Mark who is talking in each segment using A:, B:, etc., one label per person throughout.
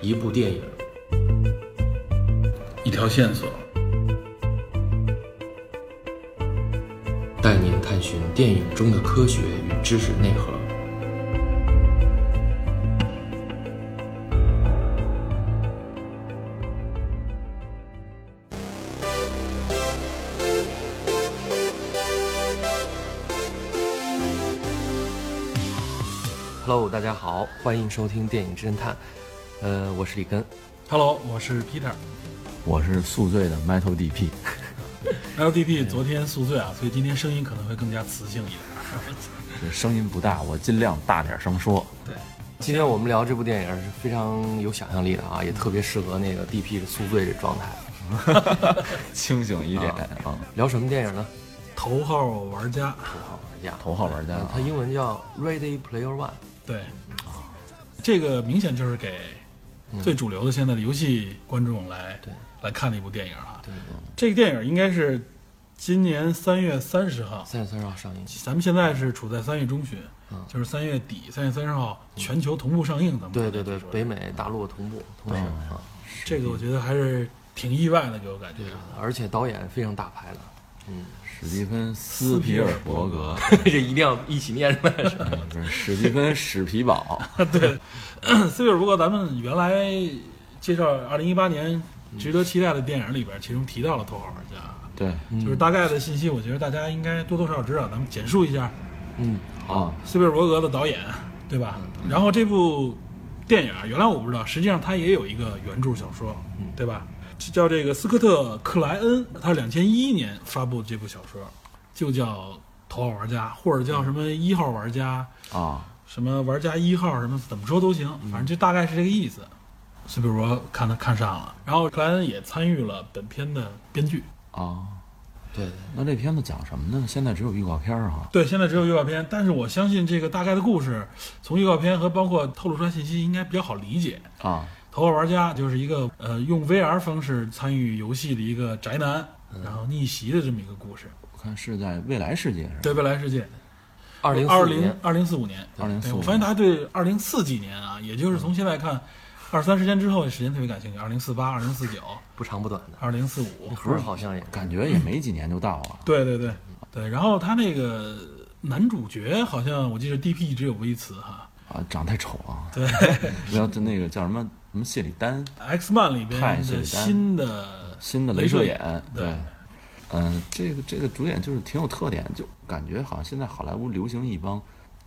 A: 一部电影，
B: 一条线索，
A: 带您探寻电影中的科学与知识内核。Hello，大家好，欢迎收听《电影侦探》，呃，我是李根。
B: Hello，我是 Peter。
C: 我是宿醉的 Metal DP，
B: LDP 昨天宿醉啊，所以今天声音可能会更加磁性一点。
C: 这声音不大，我尽量大点声说。
A: 今天我们聊这部电影是非常有想象力的啊，也特别适合那个 DP 的宿醉这状态。
C: 清醒一点啊！
A: 聊什么电影呢？
B: 头号玩家，
A: 头号玩家。
C: 头号玩家
A: 呃
C: 啊，
A: 它英文叫 Ready Player One。
B: 对，这个明显就是给最主流的现在的游戏观众来
A: 嗯对
B: 来看的一部电影啊。
A: 对，
B: 这个电影应该是今年三月三十号，
A: 三月三十号上映。
B: 咱们现在是处在三月中旬
A: 嗯，
B: 就是三月底，三月三十号全球同步上映。咱们
A: 对对对，
B: 说
A: 北美、大陆同步同时啊。
B: 这个我觉得还是挺意外的，给我感觉
A: 对。，而且导演非常大牌了，嗯，
C: 史蒂芬·斯皮尔伯格， 嗯
A: 这一定要一起念出来。是
C: 不是史蒂芬·史皮宝，
B: 对，斯皮尔伯格，咱们原来介绍二零一八年值得期待的电影里边，其中提到了《头号玩家》，
C: 对，
B: 就是大概的信息，我觉得大家应该多多少少知道。咱们简述一下
A: 嗯，
C: 啊，
B: 斯皮尔伯格的导演，对吧？然后这部电影啊原来我不知道，实际上它也有一个原著小说，对吧？叫这个斯科特·克莱恩，他两千一一年发布这部小说，就叫《头号玩家》，或者叫什么一号玩家，
C: 啊，
B: 什么玩家一号什么怎么说都行，反正就大概是这个意思。斯皮尔伯格看他看上了，然后克莱恩也参与了本片的编剧。
C: 啊，
A: 对对，
C: 那这片子讲什么呢？现在只有预告片儿哈。
B: 对，现在只有预告片，但是我相信这个大概的故事，从预告片和包括透露出来信息，应该比较好理解。
C: 啊，
B: 头号玩家就是一个呃用 VR 方式参与游戏的一个宅男，然后逆袭的这么一个故事，
C: 我看是在未来世界是吧？
B: 对未来世界，
A: 二零
B: 二
A: 四
B: 零
A: 年，
B: 二零四五年，
C: 二零
B: 对哎
C: 四
B: 我
C: 五
B: 发现大家对二零四几年啊，也就是从现在看，二三十年之后的时间特别感兴趣，二零四八、二零四九、
A: 不长不短的，
B: 二零四五，
A: 不是好像也
C: 感觉也没几年就到了。
B: 对对对对。然后他那个男主角好像我记得 DP 一直有微词哈，
C: 啊，长太丑啊！
B: 对
C: 不要就那个叫什么什么谢里丹，
B: X Man 里边
C: 派谢
B: 的
C: 丹
B: 新的
C: 新的
B: 镭
C: 镭
B: 射
C: 射
B: 眼
C: 眼，
B: 对
C: 对，嗯，这个这个主演就是挺有特点，就感觉好像现在好莱坞流行一帮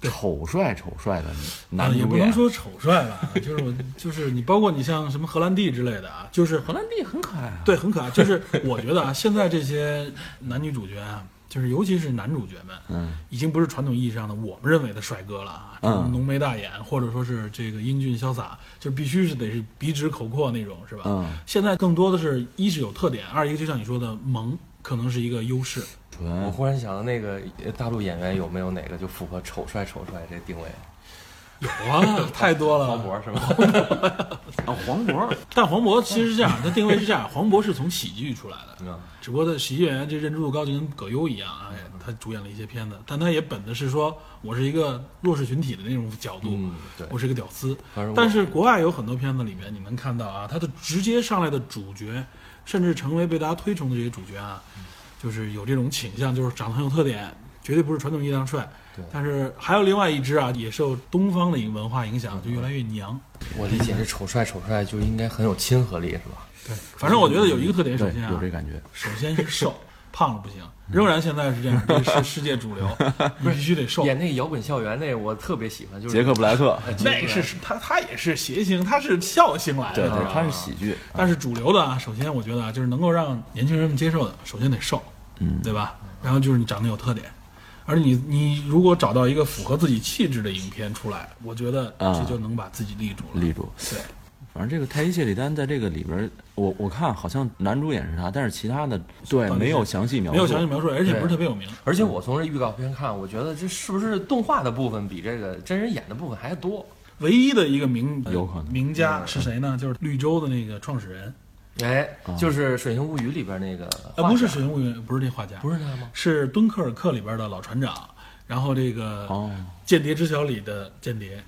C: 丑帅丑帅的
B: 啊，
C: 男
B: 也
C: 主
B: 不
C: 演
B: 能，说丑帅吧， 就是我就是你，包括你像什么荷兰弟之类的啊，就是
C: 荷兰弟很可爱啊，
B: 对很可爱。就是我觉得啊， 现在这些男女主角啊，就是尤其是男主角们，
C: 嗯，
B: 已经不是传统意义上的我们认为的帅哥了啊，
C: 嗯
B: 这种浓眉大眼，或者说是这个英俊潇洒，就必须是得是鼻直口阔那种，是吧？
C: 嗯
B: 现在更多的是一是有特点，二一个就像你说的萌，可能是一个优势。
A: 我
B: 哦
C: 纯
A: 忽然想到那个呃大陆演员有没有哪个就符合丑帅丑帅这定位？
B: 有 啊，太多了。
A: 黄渤是吗？
C: 啊黄渤，
B: 但哦黄渤其实是这样，他定位是这样， 黄渤是从喜剧出来的，
A: 嗯
B: 只不过他喜剧演员这认知度高，就跟葛优一样啊，哎他主演了一些片子，但他也本的是说我是一个弱势群体的那种角度，
A: 嗯，对，
B: 我是一个屌丝
A: 反正。我
B: 但是国外有很多片子里面你能看到啊，他的直接上来的主角，甚至成为被大家推崇的这些主角啊，就是有这种倾向，就是长得很有特点，绝对不是传统意义上帅
A: 对。
B: 但是还有另外一支啊，也受东方的一个文化影响，就越来越娘。
A: 我理解这丑帅丑帅就应该很有亲和力是吧？
B: 对，反正我觉得有一个特点，
C: 对
B: 首先，啊，
C: 有这感觉，
B: 首先是瘦，胖了不行，仍然现在是这样，这是世界主流，你必须得 瘦。
A: 演那个摇滚校园那个我特别喜欢，就是
C: 杰克布莱克，
B: 那是他，他也是谐星，他是笑星来
C: 对
B: 的，
C: 对，
B: 吧
C: 他是喜剧，
B: 但是主流的啊，首先我觉得啊，就是能够让年轻人们接受的，首先得瘦，
C: 嗯
B: 对吧？然后就是你长得有特点，而你你如果找到一个符合自己气质的影片出来，我觉得这就能把自己立住了。
C: 啊立住。
B: 对，
C: 反正这个泰伊谢里丹在这个里边儿，我我看好像男主演是他，但是其他的对
B: 底是
C: 没有详细描
B: 没有
C: 述
B: 详细，描述，而且不是特别有名。
A: 而且我从这预告片看，我觉得这是不是动画的部分比这个真人演的部分还多？
B: 唯一的一个名
C: 有可能
B: 名家是谁呢？就是绿洲的那个创始人，
A: 哎，
C: 哦
A: 就是《水形物语》里边那个画
B: 呃，
A: 家，
B: 不是《水形物语》，不是那画家，
A: 不是他吗？
B: 是《敦刻尔克》里边的老船长，然后这个
C: 哦
B: 《间谍之桥》里的间谍，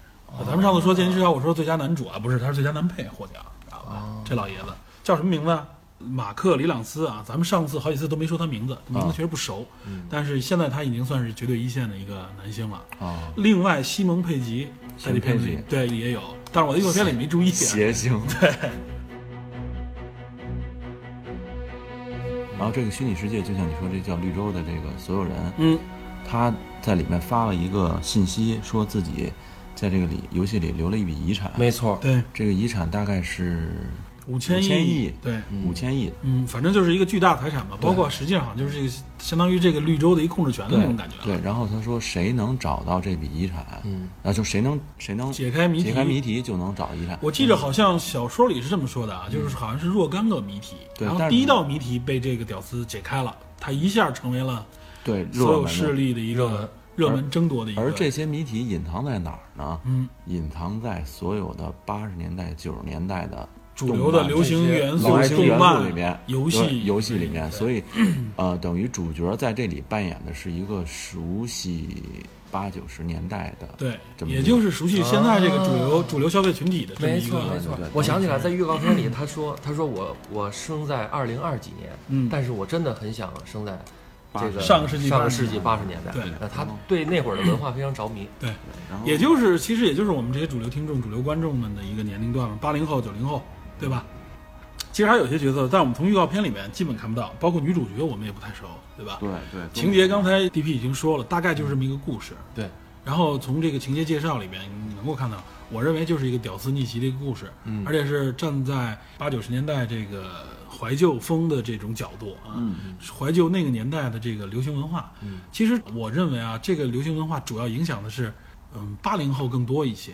B: 咱们上次说《间谍之桥》，我说最佳男主啊，不是，他是最佳男配获奖，知道吧？这老爷子叫什么名字啊？马克·里朗斯啊，咱们上次好几次都没说他名字，名字确实不熟，但是现在他已经算是绝对一线的一个男星了。
C: 啊，
B: 另外，西蒙·佩吉在这片子
C: 西
B: 里
C: 蒙
B: 对也有，但是我在预告片里没注意、啊。
C: 邪性。对。然后这个虚拟世界，就像你说，这叫绿洲的这个所有人，
B: 嗯
C: 他在里面发了一个信息，说自己在这个里游戏里留了一笔遗产，
A: 没错，
B: 对，
C: 这个遗产大概是
B: 五千亿，
C: 五千亿
B: 对，
C: 五千亿。
B: 嗯，反正就是一个巨大财产吧，包括实际上好像就是这个相当于这个绿洲的一控制权的
C: 对
B: 那种感觉了。啊
C: 对，然后他说谁能找到这笔遗产，
A: 嗯，
C: 啊，就谁能谁能
B: 解开谜题
C: 解开谜题就能找遗产。
B: 我记得好像小说里是这么说的啊，就是好像是若干个谜题，
C: 嗯对
B: 然后
C: 但是
B: 第一道谜题被这个屌丝解开了，他一下成为了
C: 对
B: 所
C: 热
B: 有
C: 门
B: 势
C: 的，
B: 力的一个热门争夺的一个。
C: 而这些谜题隐藏在哪儿呢？
B: 嗯，
C: 隐藏在所有的八十年代、九十年代的
B: 主流的流行元素、
C: 流行
B: 动
C: 元素
B: 漫
C: 里面、
B: 游
C: 对
B: 戏、嗯
C: 游戏里面，所
B: 以
C: 以呃，等于主角在这里扮演的是一个熟悉八九十年代的，
B: 对，
C: 这么一个
B: 也就是熟悉现在这个主流、
A: 啊
B: 主流消费群体的这么
A: 没
B: 一
A: 错
B: 个
A: 没错
C: 对对对。
A: 我想起来，在预告片里他说他说我我生在二零二几年，
B: 嗯
A: 但是我真的很想生在这个
B: 上个世纪
A: 上
B: 80
A: 个世纪八十年代。
B: 对
A: 那他
C: 哦
A: 对那会儿的文化非常着迷。
B: 对，
C: 然后
B: 也就是其实也就是我们这些主流听众、主流观众们的一个年龄段了，八零后、九零后，对吧？其实还有些角色，但我们从预告片里面基本看不到，包括女主角我们也不太熟，对吧？
C: 对对
B: 情节刚才 DP 已经说了，大概就是这么一个故事。
A: 对，
B: 然后从这个情节介绍里面，你能够看到，我认为就是一个屌丝逆袭的一个故事，嗯，而且是站在八九十年代这个怀旧风的这种角度啊，
C: 嗯
B: 怀旧那个年代的这个流行文化。嗯，其实我认为啊，这个流行文化主要影响的是，嗯，八零后更多一些。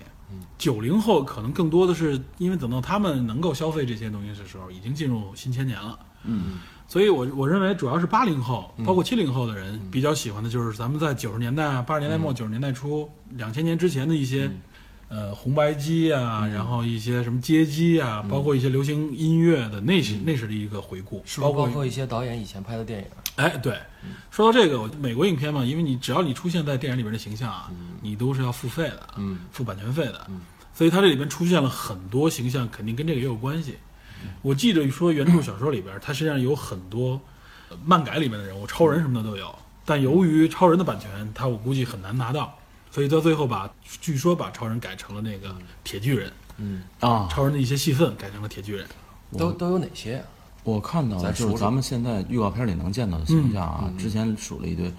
B: 九零后可能更多的是因为等到他们能够消费这些东西的时候，已经进入新千年了。
C: 嗯
B: 所以我我认为主要是八零后，包括七零后的人比较喜欢的就是咱们在九十年代、啊八十年代末、九十年代初、两千年之前的一些，呃，红白机啊，然后一些什么街机啊，包括一些流行音乐的那时、那时的一个回顾，
A: 是不
B: 嗯包
A: 是
B: 括
A: 包括一些导演以前拍的电影？啊
B: 哎对，说到这个，我美国影片嘛，因为你只要你出现在电影里边的形象啊，你都是要付费
A: 嗯
B: 的，付版权费的，所以它这里边出现了很多形象，肯定跟这个也有关系。我记得说原著小说里边，它实际上有很多呃漫改里面的人物，超人什么的都有。但由于超人的版权，它我估计很难拿到，所以到最后把据说把超人改成了那个铁巨人，
C: 啊，
B: 超人的一些戏份改成了铁巨人。
A: 嗯都
C: 嗯
A: 都有哪些啊？
C: 我看到的
A: 咱
C: 就
A: 数
C: 是
A: 数
C: 咱们现在预告片里能见到的形象啊，之前数了一堆，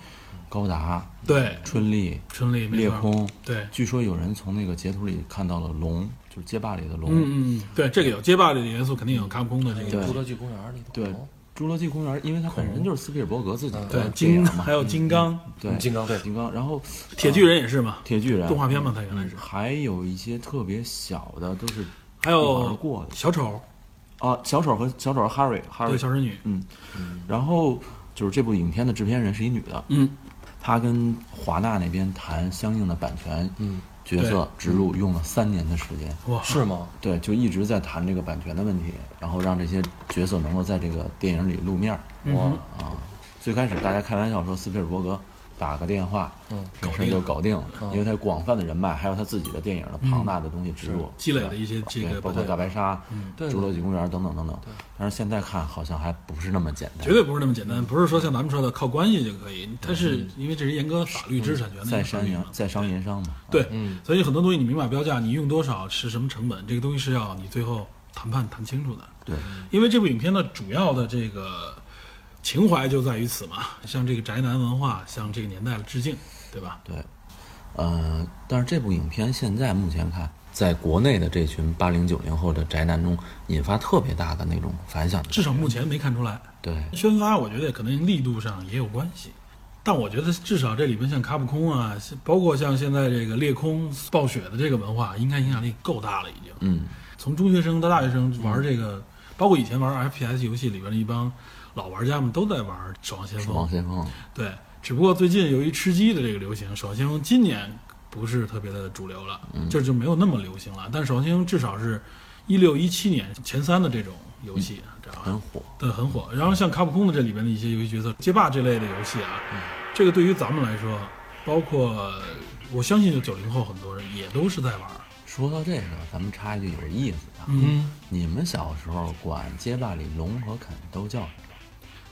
C: 高达、
B: 对，
C: 春丽、
B: 春丽没
C: 裂
B: 错，
C: 空，
B: 对。
C: 据说有人从那个截图里看到了龙，就是街霸里的龙。
B: 嗯嗯，嗯，对，这个有街霸里的元素，肯定有卡普空的这
A: 侏
B: 个
A: 罗纪公园里哦的
C: 对
A: 恐龙，
C: 侏罗纪公园，因为他本身就是斯皮尔伯格自己
B: 对嗯
C: 的电
B: 金
C: 影
B: 刚，
C: 嘛
B: 还，有金刚、
C: 对
A: 嗯金刚
C: 对金刚，然后
B: 铁巨人也是嘛，
C: 铁巨人
B: 动画片嘛，它原来是，
C: 还有一些特别小的，都是
B: 还
C: 一晃而
B: 有
C: 过的
B: 小丑，
C: 啊，小丑和小丑和 Harry
B: 对，
C: Harry，
B: 小丑女，
C: 嗯，然后就是这部影片的制片人是一女的，
B: 嗯，
C: 她跟华纳那边谈相应的版权，嗯，角色植入用了三年的时间，
B: 哇，
A: 是吗？
C: 对，就一直在谈这个版权的问题，然后让这些角色能够在这个电影里露面儿。
B: 嗯哼
C: 啊，最开始大家开玩笑说斯皮尔伯格打个电话，
A: 嗯，
C: 这事儿就搞定了，因为他有广泛的人脉，还有他自己的电影的庞大的东西植入，
B: 积累的一些这
C: 对，
B: 个
C: 包括大白鲨、
A: 对
C: 侏罗纪公园等等等等。但是现在看好像还不是那么简单
B: 绝，对不是那么简单，不是说像咱们说的靠关系就可以，它是因为这是严格法律知识产权的一
C: 在
B: 个法
C: 商
B: 律
C: 言
B: 嘛，
C: 在商言商嘛。
B: 对，所以很多东西你明码标价，你用多少是什么成本，这个东西是要你最后谈判谈清楚的。
C: 对，
B: 因为这部影片的主要的这个情怀就在于此嘛，向这个宅男文化，向这个年代的致敬，对吧？
C: 对，呃，但是这部影片现在目前看，在国内的这群八零九零后的宅男中，引发特别大的那种反响的。
B: 至少目前没看出来。
C: 对，
B: 宣发我觉得可能力度上也有关系，但我觉得至少这里边像卡普空啊，像包括像现在这个裂空暴雪的这个文化，应该影响力够大了已经。
C: 嗯，
B: 从中学生到大学生玩这个，包括以前玩 FPS 游戏里边的一帮老玩家们都在玩《守望先
C: 守
B: 锋
C: 望》，先锋，
B: 对，只不过最近由于吃鸡的这个流行，《守望先锋》今年不是特别的主流了，这就没有那么流行了。但《守望先锋》至少是一六一七年前三的这种游戏，知道吧？
C: 很火。
B: 对，很火。然后像卡普空的这里边的一些游戏角色，街霸这类的游戏啊，这个对于咱们来说，包括我相信九零后很多人也都是在玩儿。
C: 说到这个，咱们插一句有意思啊，
B: 嗯，
C: 你们小时候管街霸里龙和肯都叫什么？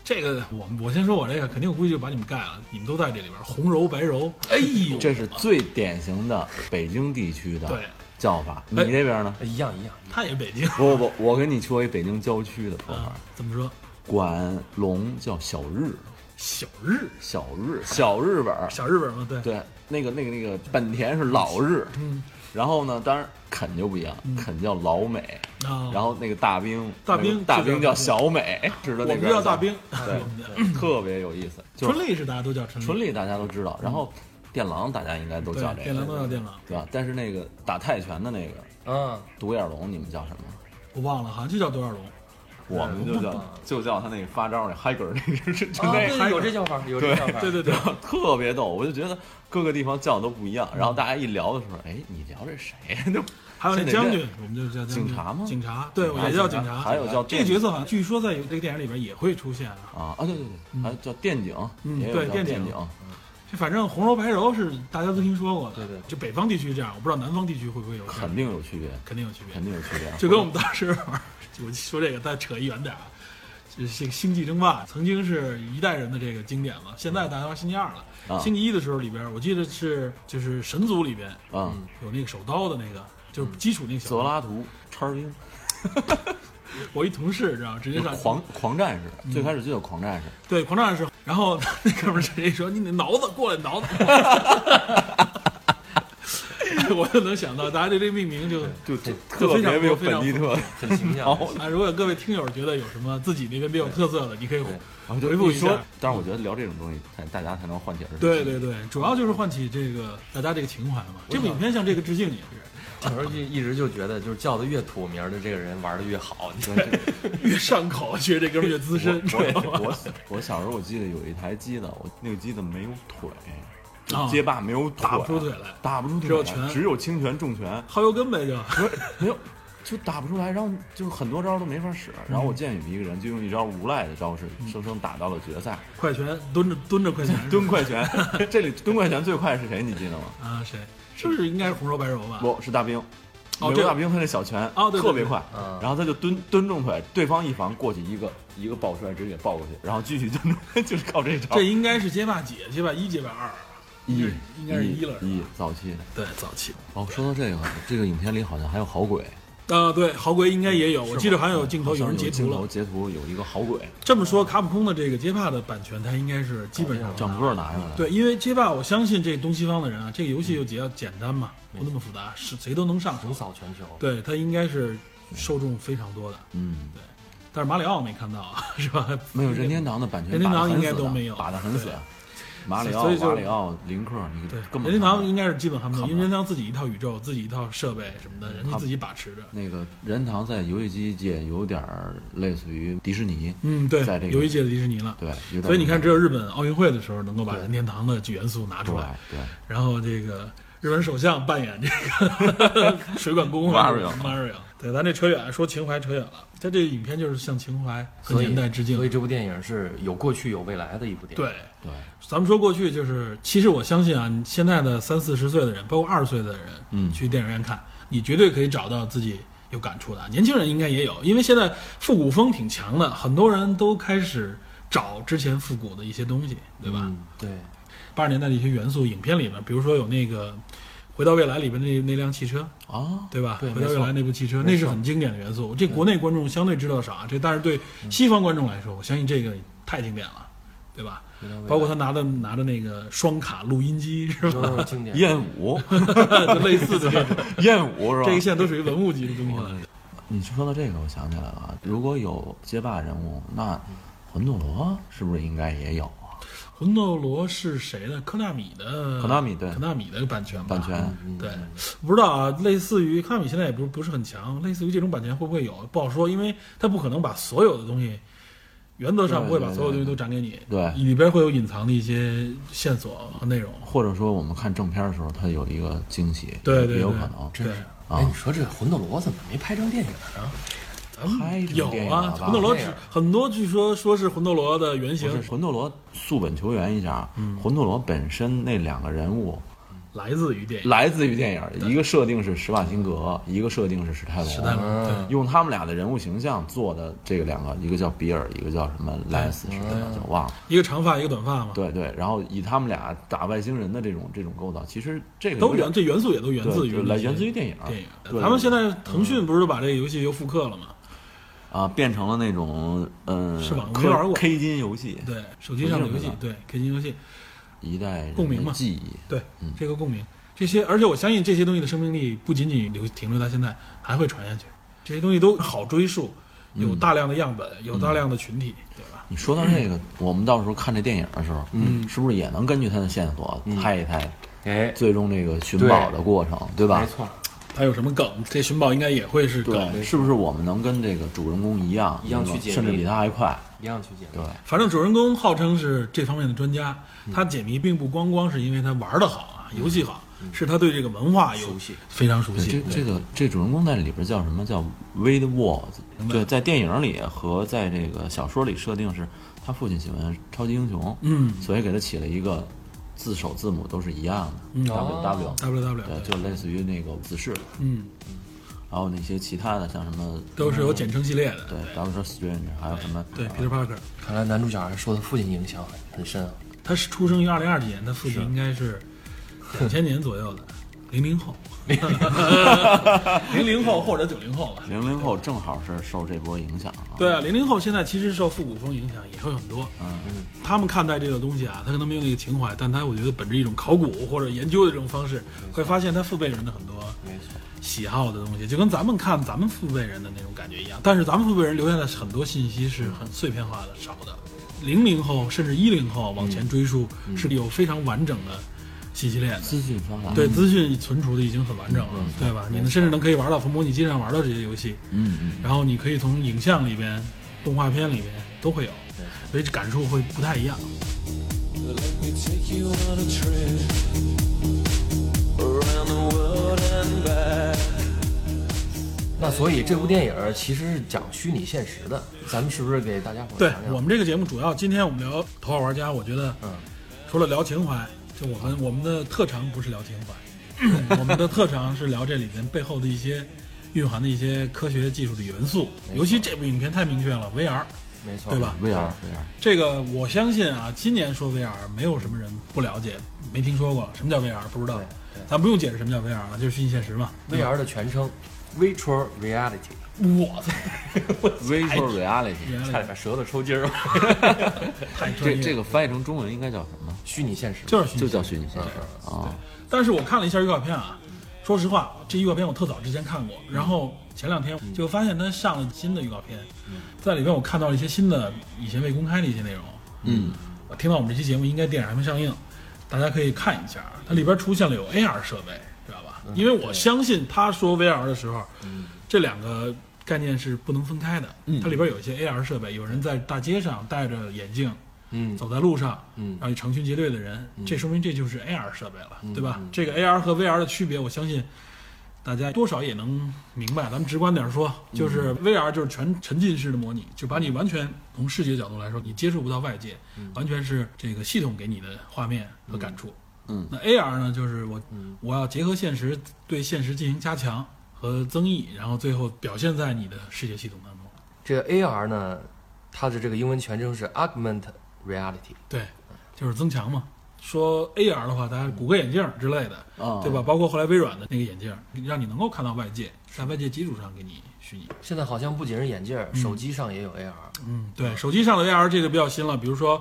B: 这个我我先说我这个，肯定我估计就把你们盖了，你们都在这里边儿红柔白柔，哎呦，
C: 这是最典型的北京地区的
B: 对
C: 叫法。你
B: 哎
C: 这边呢？
A: 一样一样，
B: 他也北京
C: 不不不，我给你说一北京郊区的说法
B: 啊，，怎么说？
C: 管龙叫小日，
B: 小日
C: 小日，小日本儿。
B: 小日本嘛，对，
C: 对，那个那个那个本田是老日，
B: 嗯，
C: 然后呢，当然肯就不一样，肯叫老美，
B: 啊，
C: 然后那个大兵，
B: 大
C: 那个
B: 兵
C: 大
B: 就叫
C: 兵叫小美，知
B: 我
C: 道那
B: 们
C: 边
B: 叫
C: 儿
B: 大兵，哎
C: 对
B: 我们叫
C: 特别有意思，就是
B: 春丽是大家都叫春
C: 春
B: 丽，
C: 丽大家都知道，然后电狼大家应该都
B: 对
C: 叫这个，，
B: 电狼都叫电狼，
C: 对吧？但是那个打泰拳的那个
A: 嗯，
C: 独眼龙，你们叫什么？
B: 我忘了，好像就叫多少龙，
C: 我们就叫 就叫他那个发招那嗨梗儿那个，就就
B: 啊
C: 那个
A: 对，有这叫法，有这叫
C: 哎
A: 法，
B: 对对对，
C: 特别逗，我就觉得各个地方叫都不一样。
B: 嗯
C: 然后大家一聊的时候，哎，你聊这谁？ 就
B: 还有那
C: 这哪
B: 将
C: 边
B: 军，我们就叫将军
C: 警察吗
B: 警察，对，我也叫警察，
C: 还有叫
B: 这个
C: 电
B: 角色好像据说在这个电影里边也会出现啊。
C: 啊啊，对对对，还有叫电警，
B: 嗯
C: 也有
B: 对
C: 叫
B: 电
C: 电
B: 警这反正红柔白柔是大家都听说过的，
A: 对对
B: 就北方地区这样，我不知道南方地区会不会有这样，
C: 肯定有区别，
B: 肯定有区别
C: 肯。定有区别。
B: 就跟我们当时玩，我说这个再扯一远点儿啊，就是这个《星际争霸》曾经是一代人的这个经典嘛，现在大家玩星期二了。
C: 啊
B: 星期一的时候里边，我记得是就是神族里边
C: 啊，
B: 有那个手刀的那个，就是基础那个小
C: 嗯泽拉图叉儿兵，
B: 我一同事知道直接上
C: 狂狂战
B: 嗯
C: 士，最开始就叫狂战士，
B: 对狂战士，然后那哥们儿直接说你得挠子过来挠子。 我就能想到，大家对这命名就
C: 就就
B: 就
C: 特
B: 非常
C: 别有
B: 非常
C: 本地特。
A: 很形象。
B: 啊，如果有各位听友觉得有什么自己那边比较有特色的，你可以
C: 然后就
B: 回复
C: 一
B: 一
C: 说
B: 下。，
C: 但是我觉得聊这种东西，才大家才能唤起儿时
B: 对对对，主要就是唤起这个大家这个情怀嘛。这部影片向这个致敬也是，
A: 小时候就一直就觉得，就是叫的越土名儿的这个人玩的越好，你说这个
B: 越上口，觉得这哥们儿越资深， 知道
C: 我
B: 吗？
C: 我我小时候我记得有一台机子，我那个机子没有腿，
B: 啊
C: 就街霸没有腿，
B: 打不出腿来，
C: 打不出腿，
B: 只有拳
C: 只有轻拳、重拳，
B: 薅油根呗就。
C: 不是没有就打不出来，然后就是很多招都没法
B: 嗯
C: 使。然后我见有一个人就用一招无赖的招式，生生打到了决赛，
B: 快拳蹲着蹲着快拳，
C: 蹲快拳。 这里蹲快拳最快是谁？你记得吗？
B: 啊谁？是不是应该是红柔白柔吧？
C: 不是大兵。
B: 哦
C: 美
B: 这
C: 国大兵他那小拳
B: 哦对对
C: 特别快
A: 对嗯，
C: 然后他就蹲蹲中腿，对方一防过去一个一个抱摔直接给抱过去，然后继续蹲中腿， 就是靠这招
B: 这。应该是街霸几？街霸一、街霸二，
C: 一
B: 应该是一了是吧
C: 一早期的。
B: 对，早期。
C: 哦，说到这个，这个影片里好像还有好鬼，
B: 啊，对，豪鬼应该也有，我记得嗯好像有镜头，
C: 好像
B: 人截
C: 镜
B: 图
C: 头
B: 了。
C: 截图有一个好鬼，
B: 这么说，卡普空的这个街霸的版权，它应该是基本上
C: 整个拿下来。，
B: 对，因为街霸，我相信这东西方的人啊，这个游戏又比较简单嘛，不那么复杂，是谁都能上手
A: 横。扫全球。
B: 对，它应该是受众非常多的。
C: 嗯，
B: 但是马里奥没看到啊， 是吧？
C: 没有任天堂的版权，
B: 任天堂
C: 打得很
B: 应该
C: 死
B: 都
C: 的
B: 没有
C: 打得很死
B: 对。
C: 马里奥、
B: 所以就
C: 马里奥、林克，你
B: 对
C: 根本
B: 任天
C: 看
B: 堂
C: 不
B: 应该是基本还没有，
C: 看不
B: 因为任天堂自己一套宇宙、自己一套设备什么的，人家
C: 看
B: 自己把持着。
C: 那个任天堂在游戏机界有点儿类似于迪士尼，
B: 嗯，对
C: 在这，个
B: 游戏界的迪士尼了。
C: 对，有点
B: 所以你看，只有
C: 这
B: 日本奥运会的时候能够把
C: 对
B: 任天堂的元素拿
C: 对
B: 出来，
C: 对，
B: 然后这个日本首相扮演这个 水管工啊
C: Mario
B: Mario，对，咱这扯远了，说情怀扯远了，他这影片就是向情怀和
A: 所以
B: 年代致敬
A: 所以。这部电影是有过去有未来的一部电影。
B: 对，
C: 对，
B: 咱们说过去就是，其实我相信啊，你现在的三四十岁的人，包括二十岁的人，
C: 嗯
B: 去电影院看，你绝对可以找到自己有感触的。年轻人应该也有，因为现在复古风挺强的，很多人都开始找之前复古的一些东西，对吧？
A: 嗯对，
B: 八十年代的一些元素，影片里面，比如说有那个《回到未来》里边那那辆汽车，
C: 啊，
B: 对吧？
A: 对
B: 回到
A: 没
B: 未
A: 错
B: 来那部汽车，那是很经典的元素。这国内观众相对知道少啊，这但是对
A: 嗯
B: 西方观众来说，我相信这个太经典了，对吧？包括他拿的拿着那个双卡录音机是吧？
A: 都是经典。
C: 艳 舞，
B: 就类似的这种，
C: 艳舞是吧？
B: 这个现在都属于文物级的东西了。
C: 你说到这个，我想起来了啊，如果有街霸人物，那魂斗罗是不是应该也有啊？
B: 魂斗罗是谁的？科纳米的，
C: 科纳米对
B: 科纳米的版权吧，
C: 版权。
A: 嗯
B: 对，不知道啊，类似于科纳米现在也不不是很强，类似于这种版权会不会有不好说，因为它不可能把所有的东西，原则上不会把
C: 对对对
B: 所有东西都展给你，
C: 对
B: 里边会有隐藏的一些线索和内容。
C: 或者说我们看正片的时候，它有一个惊喜，
B: 对对
C: 也有
B: 对
C: 可能。
A: 真是。
C: 啊
A: 哎，你说这魂斗罗怎么没拍成电影啊呢？
B: 咱们
C: 拍成
B: 有
C: 电影
B: 啊，
C: 了吧
B: 魂斗罗
A: 电影
B: 很多，据说说是魂斗罗的原
C: 不
B: 型
C: 是，魂斗罗，溯本求源一下，嗯、魂斗罗本身那两个人物，
B: 来自于电影
C: 来自于电影，一个设定是施瓦辛格，一个设定是史泰龙，
B: 史泰龙。对，
C: 用他们俩的人物形象做的这个两个，一个叫比尔，一个叫什么莱斯，是吧？叫忘了。
B: 一个长发，一个短发嘛，
C: 对对，然后以他们俩打外星人的这种这种构造，其实这个
B: 都
C: 有点
B: 源这元素也都源
C: 对
B: 自于
C: 就
B: 那
C: 来
B: 些
C: 源自于电影啊
B: 电影。
C: 对嗯
B: 他们
C: 对
B: 现在腾讯不是把这个游戏又复刻了吗？
C: 啊变成了那种嗯，
B: 是吧我没玩
C: 氪
B: 过
C: K 金游戏，
B: 对，手机上的游戏
C: 手机上的，
B: 对，开心游戏，
C: 一代人
B: 共鸣
C: 的
B: 嘛
C: 记忆。
B: 对，这个共
C: 嗯
B: 鸣，这些，而且我相信这些东西的生命力不仅仅留停留在现在，还会传下去。这些东西都好追溯，
C: 嗯
B: 有大量的样本，有大量的群体，对吧？
C: 你说到这个， 我们到时候看这电影的时候，嗯，是不是也能根据它的线索猜一猜
A: 哎，
C: 最终这个寻宝的过程，对吧
A: 没？错，
B: 它有什么梗？这寻宝应该也会是梗。
C: 对，是不是我们能跟这个主人公一样，
A: 一样
C: 能够
A: 去解
C: 甚至
A: 谜
C: 比他还快？
A: 一样去解
C: 对
A: 密。，
B: 反正主人公号称是这方面的专家，他解谜并不光光是因为他玩的好啊，游戏好，是他对这个文化有
A: 熟悉
B: 非常熟
C: 对，这
B: 悉。
C: 这个这主人公在里边叫什么？叫 Wade Walls。对，在电影里和在这个小说里设定是他父亲喜欢超级英雄，
B: 嗯
C: 所以给他起了一个字首字母都是一样的、W
B: 嗯哦
C: W，
B: ，W W，
C: 对，就类似于那个子氏，
B: 嗯，
C: 然后那些其他的像什么
B: 都是有简称系列的。
C: 对 Doctor Strange，还有什么
B: 对，Peter Parker，
A: 看来男主角还受他父亲影响很深啊。
B: 他是出生于二零二几年，他父亲应该是两千年左右的，零零后， 零零后或者九零后吧。
C: 零零后正好是受这波影响啊。
B: 对啊，零零后现在其实受复古风影响也会很多。嗯，他们看待这个东西啊，他可能没有那个情怀，但他我觉得本着一种考古或者研究的这种方式，会发现他父辈人的很多
A: 没错，
B: 喜好的东西，就跟咱们看咱们父辈人的那种感觉一样。但是咱们父辈人留下的很多信息是很碎片化的、少的。零零后甚至一零后往前追溯，是有非常完整的信息链的。
C: 资讯发达，
B: 对，资讯存储的已经很完整了，对吧？你们甚至能可以玩到从模拟机上玩到这些游戏，
C: 嗯嗯，
B: 然后你可以从影像里边、动画片里边都会有，所以感受会不太一样。
D: Let me take you on a trip around the world and back.
A: 那所以这部电影儿其实是讲虚拟现实的，咱们是不是给大家伙儿
B: 对
A: 讲讲？
B: 我们这个节目主要今天我们聊《头号玩家》，我觉得，
A: 嗯，
B: 除了聊情怀，就我们我们的特长不是聊 情怀，我们的特长是聊这里面背后的一些蕴含的一些科学技术的元素，尤其这部影片太明确了 VR，
A: 没错，
B: 对吧？
C: ，VR VR，
B: 这个我相信啊，今年说 VR 没有什么人不了解，没听说过什么叫 VR，不知道
A: 对。
B: 咱不用解释什么叫 VR 了，就是虚拟现实嘛。
A: ？VR 的全称 Virtual Reality，
B: 我操，
C: ，Virtual Reality，
B: 原
A: 差
B: 来
A: 点把舌头抽筋儿了。
B: 太专业
C: 这
B: 了。
C: 这个翻译成中文应该叫什么？
A: 虚拟现实
B: 就是虚拟
C: 就
B: 现实
C: 叫虚拟现
B: 嗯
C: 实啊。
B: 但是我看了一下预告片啊，说实话，这预告片我特早之前看过，然后前两天就发现它上了新的预告片，在里边我看到了一些新的以前未公开的一些内容。
C: 嗯，
B: 我听到我们这期节目应该电影还没上映，大家可以看一下，它里边出现了有 AR 设备，知道吧？因为我相信他说 VR 的时候，这两个概念是不能分开的。它里边有一些 AR 设备，有人在大街上戴着眼镜，
A: 嗯
B: 走在路上，
A: 嗯
B: 然后成群结队的人，这说明这就是 AR 设备了，对吧？这个 AR 和 VR 的区别，我相信大家多少也能明白。咱们直观点说，就是 VR 就是全沉浸式的模拟，就把你完全从视觉角度来说，你接触不到外界，完全是这个系统给你的画面和感触。
C: 嗯
B: 那 AR 呢，就是我我要结合现实，对现实进行加强和增益，然后最后表现在你的视觉系统当中。
A: 这个 AR 呢，它的这个英文全称是 Augmented Reality，
B: 对，就是增强嘛。说 AR 的话，大家谷歌眼镜之类的，
C: 啊
B: 对吧？包括后来微软的那个眼镜，让你能够看到外界，在外界基础上给你虚拟。
A: 现在好像不仅是眼镜儿，手机上也有 AR。
B: 嗯，对，手机上的 AR 这个比较新了，比如说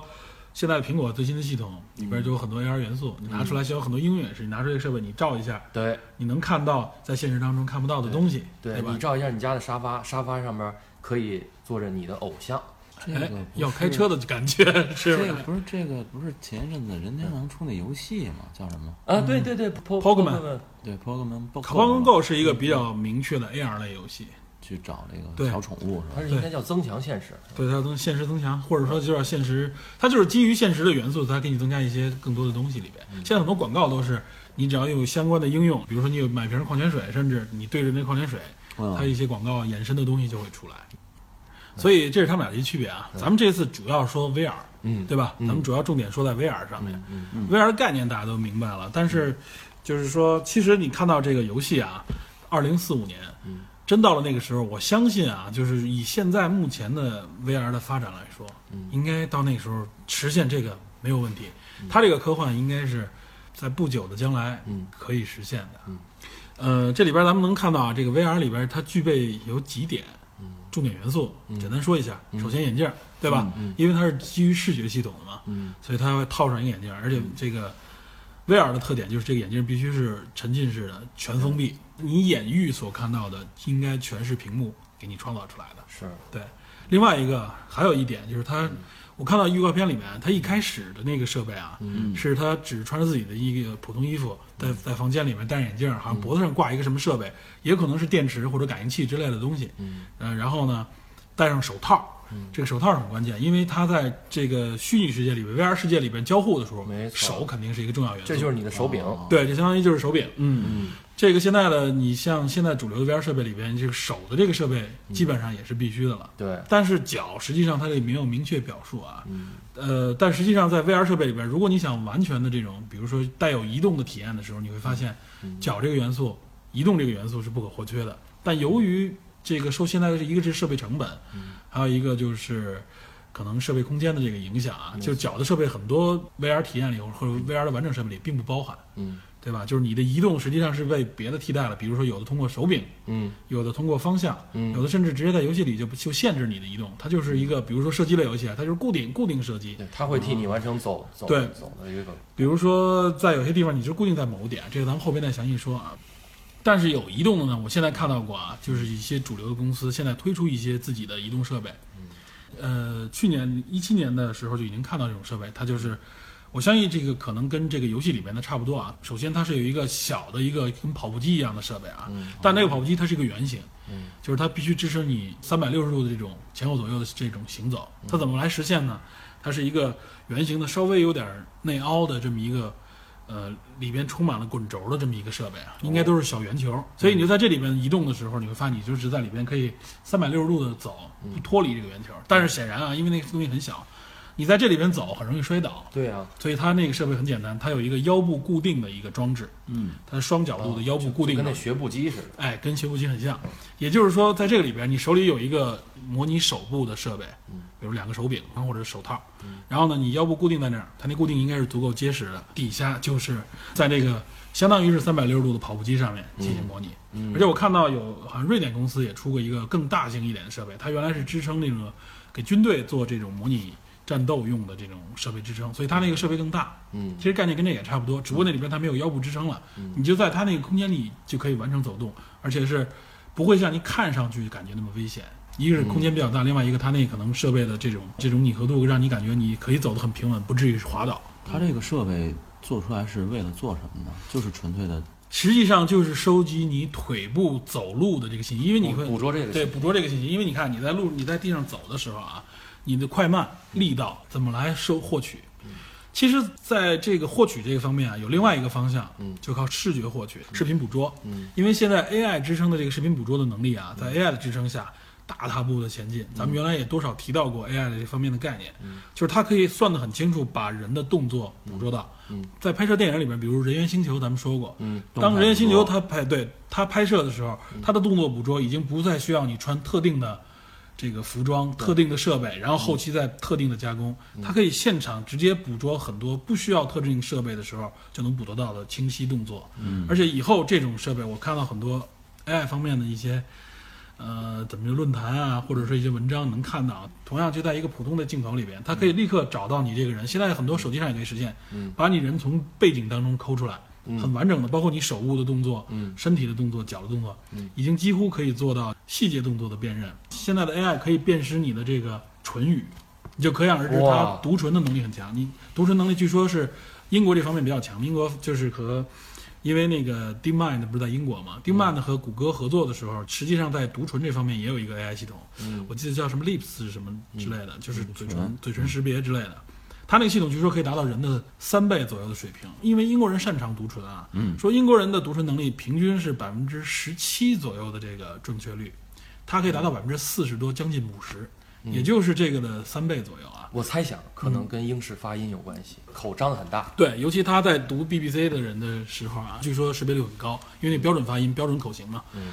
B: 现在的苹果最新的系统里边就有很多 AR 元素，你拿
C: 嗯
B: 出来像有很多应用也是，你拿出这个设备你照一下，
A: 对，
B: 你能看到在现实当中看不到的东西，
A: 对
B: 吧哎
A: 你？照一下你家的沙发，沙发上面可以坐着你的偶像。
C: 这
B: 哎
C: 个不，
B: 要
C: 是
B: 开车的感觉 是
C: 这
B: 不是
C: 个？不是这个不是前一阵子任天堂出那游戏吗？叫什么？
B: 嗯
A: 啊，对对对 p o
B: Pokemon
C: 对，Pokemon Go
B: 卡邦 Go 是一
C: 嗯
B: 个比较明确的 AR 类游戏，
C: 去找这
B: 对
C: 个小宠物是吧
A: 它？是应该叫增强现实。
B: 对它增现实增强，或者说就是现实，它就是基于现实的元素，它给你增加一些更多的东西里边。现在很多广告都是，你只要有相关的应用，比如说你有买瓶矿泉水，甚至你对着那矿泉水，
C: 嗯
B: 它一些广告衍生的东西就会出来。所以这是他们俩的一区别啊。咱们这次主要说 VR，嗯，对吧？咱们主要重点说在 VR 上面。VR 概念大家都明白了，但是就是说，其实你看到这个游戏啊，二零四五年，真到了那个时候，我相信啊，就是以现在目前的 VR 的发展来说，
A: 嗯
B: 应该到那时候实现这个没有问题。它这个科幻应该是在不久的将来
A: 嗯
B: 可以实现的。呃，这里边咱们能看到啊，这个 VR 里边它具备有几点
A: 嗯
B: 重点元素，简单说一下。首先眼镜儿，对吧？
A: 嗯
B: 因为它是基于视觉系统的嘛，所以它会套上一个眼镜儿，而且这个 VR 的特点就是这个眼镜必须是沉浸式的、全封闭，你眼域所看到的应该全是屏幕给你创造出来的。
A: 是，
B: 对，另外一个还有一点就是它，我看到预告片里面，它一开始的那个设备啊，
A: 嗯
B: 是他只穿着自己的一个普通衣服，在在房间里面戴着眼镜，好像脖子上挂一个什么设备，也可能是电池或者感应器之类的东西。嗯，呃，然后呢，戴上手套。
A: 嗯
B: 这个手套很关键，因为它在这个虚拟世界里边、VR 世界里边交互的时候
A: 没，错
B: 手肯定是一个重要元素。
A: 这就是你的手柄，
C: 嗯
B: 对，这相当于就是手柄。嗯哦嗯，这个现在的你像现在主流的 VR 设备里边，这个手的这个设备
A: 嗯
B: 基本上也是必须的了。
A: 对嗯
B: 但是脚实际上它这里没有明确表述啊。呃，但实际上在 VR 设备里边，如果你想完全的这种，比如说带有移动的体验的时候，你会发现脚这个元素、移动这个元素是不可或缺的。但由于这个受现在的是一个是设备成本，还有一个就是。可能设备空间的这个影响啊，就脚的设备很多 VR 体验里或者 VR 的完整设备里并不包含，
A: 嗯
B: 对吧？就是你的移动实际上是被别的替代了，比如说有的通过手柄，
A: 嗯，
B: 有的通过方向，
A: 嗯
B: 有的甚至直接在游戏里就就限制你的移动，它就是一个，比如说射击类游戏啊，它就是固定固定射击，
A: 对，它会替你完成走走
B: 对
A: 走的一个，
B: 比如说在有些地方你就固定在某点，这个咱们后边再详细说啊。但是有移动的呢，我现在看到过啊，就是一些主流的公司现在推出一些自己的移动设备，呃，去年一七年的时候就已经看到这种设备，它就是，我相信这个可能跟这个游戏里面的差不多啊。首先，它是有一个小的一个跟跑步机一样的设备啊，
A: 嗯
B: 但那个跑步机它是一个圆形，嗯，就是它必须支持你三百六十度的这种前后左右的这种行走。
A: 嗯
B: 它怎么来实现呢？它是一个圆形的，稍微有点内凹的这么一个。呃，里边充满了滚轴的这么一个设备啊，应该都是小圆
A: 哦
B: 球，所
A: 嗯
B: 以你就在这里边移动的时候，你会发现你就是在里边可以三百六十度的走，
A: 嗯
B: 不脱离这个圆球。但是显然啊，因为那个东西很小，你在这里边走很容易摔倒，
A: 对啊，
B: 所以它那个设备很简单，它有一个腰部固定的一个装置，嗯，它是双角度的腰部固定
A: 哦跟
B: 的
A: 那学步机似的，
B: 哎，跟斜步机很像。也就是说，在这个里边，你手里有一个模拟手部的设备，比如两个手柄啊或者手套，然后呢，你腰部固定在那儿，它那固定应该是足够结实的。底下就是在这个相当于是三百六十度的跑步机上面进行模拟。嗯
A: 嗯
B: 而且我看到有好像瑞典公司也出过一个更大型一点的设备，它原来是支撑那个给军队做这种模拟战斗用的这种设备支撑，所以它那个设备更大。
A: 嗯
B: 其实概念跟这也差不多，只不过那里边它没有腰部支撑了，你就在它那个空间里就可以完成走动，而且是不会像你看上去感觉那么危险。一个是空间比较大，另外一个它那可能设备的这种这种拟合度，让你感觉你可以走得很平稳，不至于滑倒。
C: 它这个设备做出来是为了做什么呢？就是纯粹的
B: 实际上就是收集你腿部走路的这个信息，因为你会
A: 捕捕捉这个信息
B: 对捕捉这个信息，因为你看你在路你在地上走的时候啊，你的快慢、
A: 嗯
B: 力道怎么来收获取？其实，在这个获取这个方面啊，有另外一个方向，嗯，就靠视觉获取、视频捕捉，嗯，因为现在 AI 支撑的这个视频捕捉的能力啊，
A: 嗯
B: 在 AI 的支撑下。大踏步的前进，咱们原来也多少提到过 AI 的这方面的概念，
A: 嗯
B: 就是它可以算得很清楚，把人的动作捕捉到。
A: 嗯
B: 在拍摄电影里边，比如《人猿星球》，咱们说过，当《人猿星球》它拍对它拍摄的时候，它的动作捕捉已经不再需要你穿特定的这个服装、特定的设备，然后后期再特定的加工，它可以现场直接捕捉很多不需要特定设备的时候就能捕捉到的清晰动作。嗯，而且以后这种设备，我看到很多 AI 方面的一些。呃，怎么就论坛啊，或者说一些文章能看到，同样就在一个普通的镜头里边，它可以立刻找到你这个人。现在很多手机上也可以实现，把你人从背景当中抠出来，
A: 嗯
B: 很完整的，包括你手部的动作、身体的动作、脚的动作，已经几乎可以做到细节动作的辨认。现在的 AI 可以辨识你的这个唇语，你就可想而知它
A: 哇
B: 读唇的能力很强。你读唇能力据说是英国这方面比较强，英国就是和。因为那个 DeepMind 不是在英国嘛，DeepMind 和谷歌合作的时候，实际上在读唇这方面也有一个 AI 系统，
A: 嗯
B: 我记得叫什么 Lips 什么之类的，就是嘴唇嘴唇识别之类的。它那个系统据说可以达到人的三倍左右的水平，因为英国人擅长读唇啊，说英国人的读唇能力平均是百分之十七左右的这个准确率，它可以达到百分之四十多，将近五十。也就是这个的三倍左右啊。
A: 我猜想可能跟英式发音有关系，口张得很大。
B: 对，尤其他在读 BBC 的人的时候啊，据说识别率很高，因为那标准发音、标准口型嘛。嗯。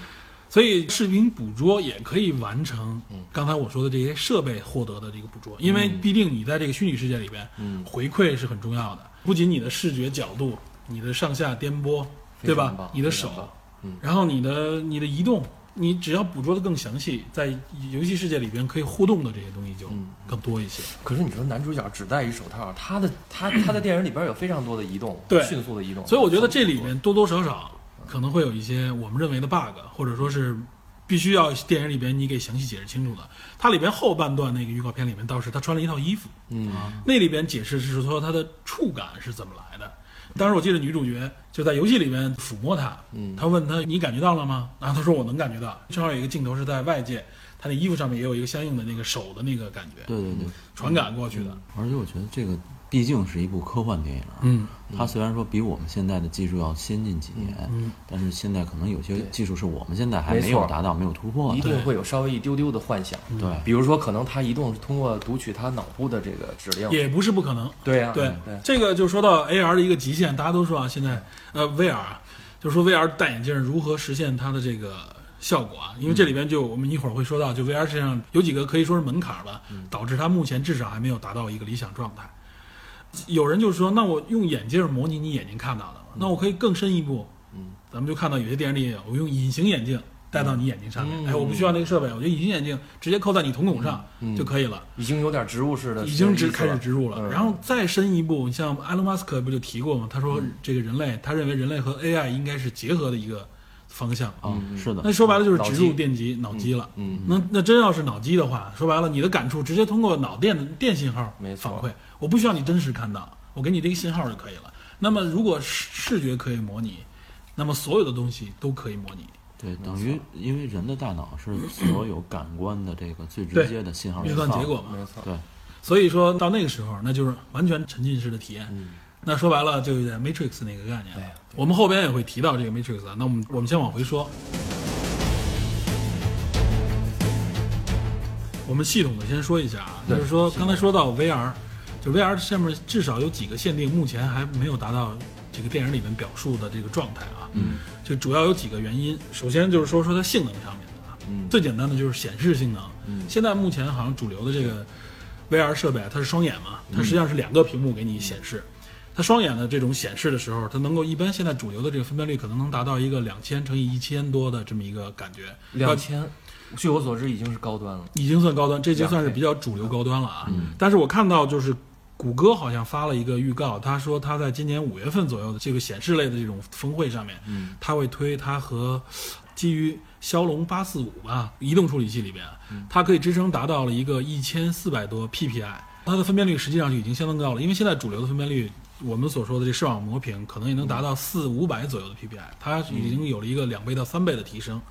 B: 所以视频捕捉也可以完成
A: 嗯
B: 刚才我说的这些设备获得的这个捕捉，因为毕竟你在这个虚拟世界里边，
A: 嗯
B: 回馈是很重要的，不仅你的视觉角度、你的上下颠簸，
A: 非
B: 对
A: 常棒嗯
B: 吧？你的
A: 非
B: 手
A: 常棒，
B: 然后你的你的移动，你只要捕捉的更详细，在游戏世界里边可以互动的这些东西就
A: 嗯
B: 更多一些。
A: 可是你说男主角只戴一手套，他的他他在电影里边有非常多的移动，
B: 对
A: 迅速的移动。
B: 所以我觉得这里面多多少少可能会有一些我们认为的 bug，或者说是必须要电影里边你给详细解释清楚的。它里边后半段那个预告片里面倒是他穿了一套衣服，嗯，那里边解释是说他的触感是怎么来的。当时我记得女主角就在游戏里面抚摸他，嗯，他问他你感觉到了吗？然后他说我能感觉到。正好有一个镜头是在外界，他那衣服上面也有一个相应的那个手的那个感觉
C: 对对对，
B: 传感过去的，
C: 而且我觉得这个毕竟是一部科幻电影，
B: 嗯，
C: 它虽然说比我们现在的技术要先进几年，
B: 嗯
C: 但是现在可能有些技术是我们现在还没
A: 没
C: 有
A: 错
C: 达到、没有突破
A: 一
C: 的。
A: 定会有稍微一丢丢的幻想。
B: 嗯
C: 对啊
A: 比如说可能他移动是通过读取他脑部的这个指令。
B: 也不是不可能。
A: 对呀、
B: 对
A: 对，
B: 这个就说到 AR 的一个极限，大家都说啊，现在呃 VR 啊，就说 VR 戴眼镜如何实现它的这个效果啊，因为这里边就我们一会儿会说到，就 VR 实际上有几个可以说是门槛吧，导致它目前至少还没有达到一个理想状态。有人就说，那我用眼镜模拟你眼睛看到的，那我可以更深一步，嗯，咱们就看到有些电影里也有，我用隐形眼镜戴到你眼睛上面，哎，我不需要那个设备，我就隐形眼镜直接扣在你瞳孔上就可以了。
A: 已经有点植入式的，
B: 已经植开始植入了。
A: 嗯
B: 然后再深一步，你像埃隆·马斯克不就提过吗？他说
A: 嗯
B: 这个人类，他认为人类和 AI 应该是结合的一个方向。
C: 啊，是的
B: 嗯那，说白了就是
A: 哦脑
B: 植
A: 机
B: 入电极、脑机了。
A: 嗯，
B: 那那真要是脑机的话，说白了，你的感触直接通过脑电电信号
A: 没
B: 反
A: 错
B: 馈，我不需要你真实看到，我给你这个信号就可以了。那么如果视视觉可以模拟，那么所有的东西都可以模拟。
C: 对，等于因为人的大脑是
A: 嗯
C: 所有感官的这个最直
B: 对
C: 接的信号
B: 运
C: 释
B: 算
C: 放
B: 结果嘛，
A: 没错，
C: 对，
B: 所以说到那个时候，那就是完全沉浸式的体验。那说白了，就有点 Matrix 那个概念了。我们后边也会提到这个 Matrix 啊。那我们我们先往回说，我们系统的先说一下啊，就是说刚才说到 VR，就 VR 上面至少有几个限定，目前还没有达到这个电影里面表述的这个状态啊。嗯，就主要有几个原因，首先就是说说它性能上面的啊，最简单的就是显示性能。嗯，现在目前好像主流的这个 VR 设备啊，它是双眼嘛，它实际上是两个屏幕给你显示。它双眼的这种显示的时候，它能够一般现在主流的这个分辨率可能能达到一个两千乘以一千多的这么一个感觉，
A: 两千，据我所知已经是高端了。
B: 已经算高端，这已经算是
A: 2K
B: 比较主流高端了啊。但是我看到就是谷歌好像发了一个预告，他说他在今年五月份左右的这个显示类的这种峰会上面，他会推它和基于骁龙八四五吧移动处理器里边，它可以支撑达到了一个一千四百多 PPI，它的分辨率实际上就已经相当高了，因为现在主流的分辨率。我们所说的这视网膜屏可能也能达到四五百左右的 PPI，它已经有了一个两倍到三倍的提升。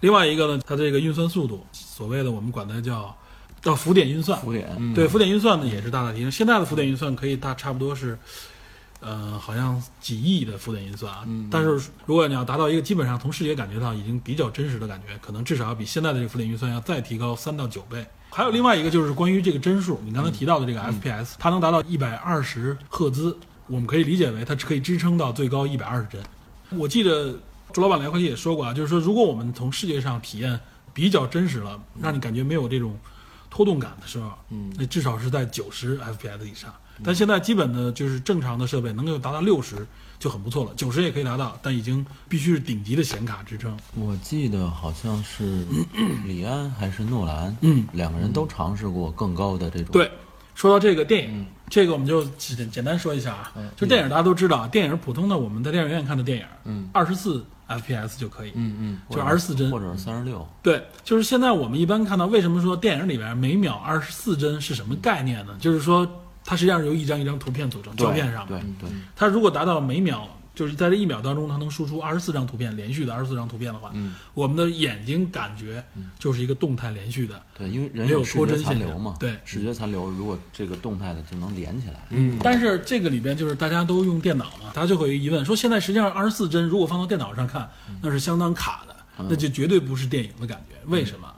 B: 另外一个呢，它这个运算速度，所谓的我们管它叫叫浮点运算，
C: 浮点，
A: 嗯
B: 对浮点运算呢也是大大提升。现在的浮点运算可以大差不多是，呃，好像几亿的浮点运算啊。但是如果你要达到一个基本上从视觉感觉到已经比较真实的感觉，可能至少要比现在的这个浮点运算要再提高三到九倍。还有另外一个就是关于这个帧数，你刚才提到的这个 FPS，、它能达到一百二十赫兹，我们可以理解为它可以支撑到最高一百二十帧。我记得朱老板来会也说过啊，就是说如果我们从视觉上体验比较真实了，让你感觉没有这种拖动感的时候，嗯，那至少是在九十 FPS 以上。但现在基本的就是正常的设备能够达到六十就很不错了，九十也可以达到，但已经必须是顶级的显卡支撑。
C: 我记得好像 是李安还是诺兰，
B: 嗯，
C: 两个人都尝试过更高的这种。
B: 对，嗯说到这个电影，这个我们就简简单说一下啊，就电影大家都知道，电影普通的我们在电影院看的电影，嗯，二十四 FPS 就可以，嗯嗯，就二十四帧
C: 或者是三十六，
B: 对，就是现在我们一般看到，为什么说电影里边每秒二十四帧是什么概念呢？就是说，它实际上是由一张一张图片组成，胶片上
C: 对
A: 嗯
B: 面，
C: 对，
B: 它如果达到每秒，就是在这一秒当中，它能输出二十四张图片，连续的二十四张图片的话，
C: 嗯
B: 我们的眼睛感觉就是一个动态连续的。
C: 对，因为人
B: 没有
C: 视
B: 脱
C: 觉
B: 帧
C: 残
B: 现
C: 留
B: 象
C: 嘛，
B: 对
C: 视觉残留，如果这个动态的就能连起来，
A: 嗯，
B: 但是这个里边就是大家都用电脑嘛，大家就会有疑问，说现在实际上二十四帧如果放到电脑上看，那是相当卡的。那就绝对不是电影的感觉。为什么？